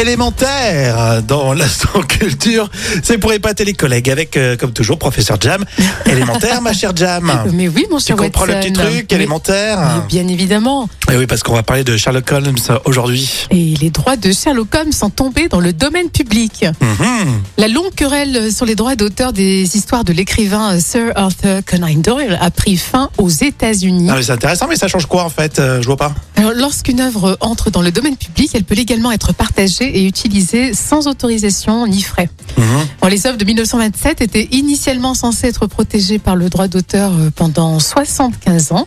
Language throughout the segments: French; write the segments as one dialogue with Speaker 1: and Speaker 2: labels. Speaker 1: élémentaire dans l'instant culture. C'est pour épater les collègues avec, euh, comme toujours, professeur Jam. Élémentaire, ma chère Jam.
Speaker 2: Mais oui, mon
Speaker 1: Ah. Tu
Speaker 2: cher
Speaker 1: comprends le
Speaker 2: Watson.
Speaker 1: petit truc
Speaker 2: Mais- mais
Speaker 1: élémentaire
Speaker 2: bien évidemment.
Speaker 1: Eh oui, parce qu'on va parler de Sherlock Holmes aujourd'hui.
Speaker 2: Et les droits de Sherlock Holmes sont tombés dans le domaine public.
Speaker 1: Mhm.
Speaker 2: La longue querelle sur les droits d'auteur des histoires de l'écrivain Sir Arthur Conan Doyle a pris fin aux États-Unis.
Speaker 1: Non, Ah, mais c'est intéressant, mais ça change quoi en fait Euh, Je vois pas.
Speaker 2: Alors, lorsqu'une œuvre entre dans le domaine public, elle peut légalement être partagée et utilisée sans autorisation ni frais.
Speaker 1: Mhm.
Speaker 2: Bon, les œuvres de 1927 étaient initialement censées être protégées par le droit d'auteur euh, pendant 75 ans.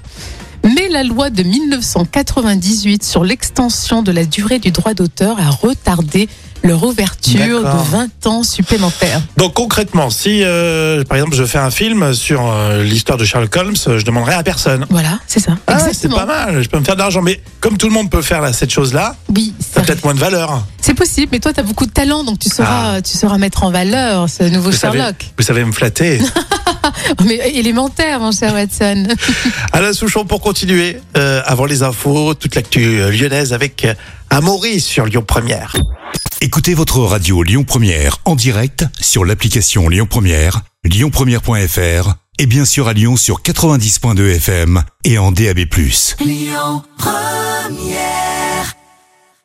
Speaker 2: Mais la loi de 1998 sur l'extension de la durée du droit d'auteur a retardé leur ouverture
Speaker 1: D'accord.
Speaker 2: de 20 ans supplémentaires.
Speaker 1: Donc concrètement, si euh, par exemple je fais un film sur euh, l'histoire de Sherlock Holmes, euh, je demanderai à personne.
Speaker 2: Voilà, c'est ça.
Speaker 1: Ah, c'est
Speaker 2: Exactement.
Speaker 1: pas mal, je peux me faire de l'argent, mais comme tout le monde peut faire là, cette chose-là,
Speaker 2: Oui,
Speaker 1: ça
Speaker 2: c'est
Speaker 1: a peut-être moins de valeur.
Speaker 2: c'est possible, mais toi, tu as beaucoup de talent, donc tu sauras, tu sauras mettre en valeur ce nouveau
Speaker 1: Vous savez,
Speaker 2: Sherlock. Oh,
Speaker 1: vous savez me flatter.
Speaker 2: Mais élémentaire, mon cher Watson.
Speaker 1: Alain Souchon pour continuer. Euh, avant les infos, toute l'actu euh, lyonnaise avec euh, Amaury sur Lyon Première.
Speaker 3: Écoutez votre radio Lyon Première en direct sur l'application Lyon Première, lyonpremière.fr et bien sûr à Lyon sur 90.2 FM et en DAB+.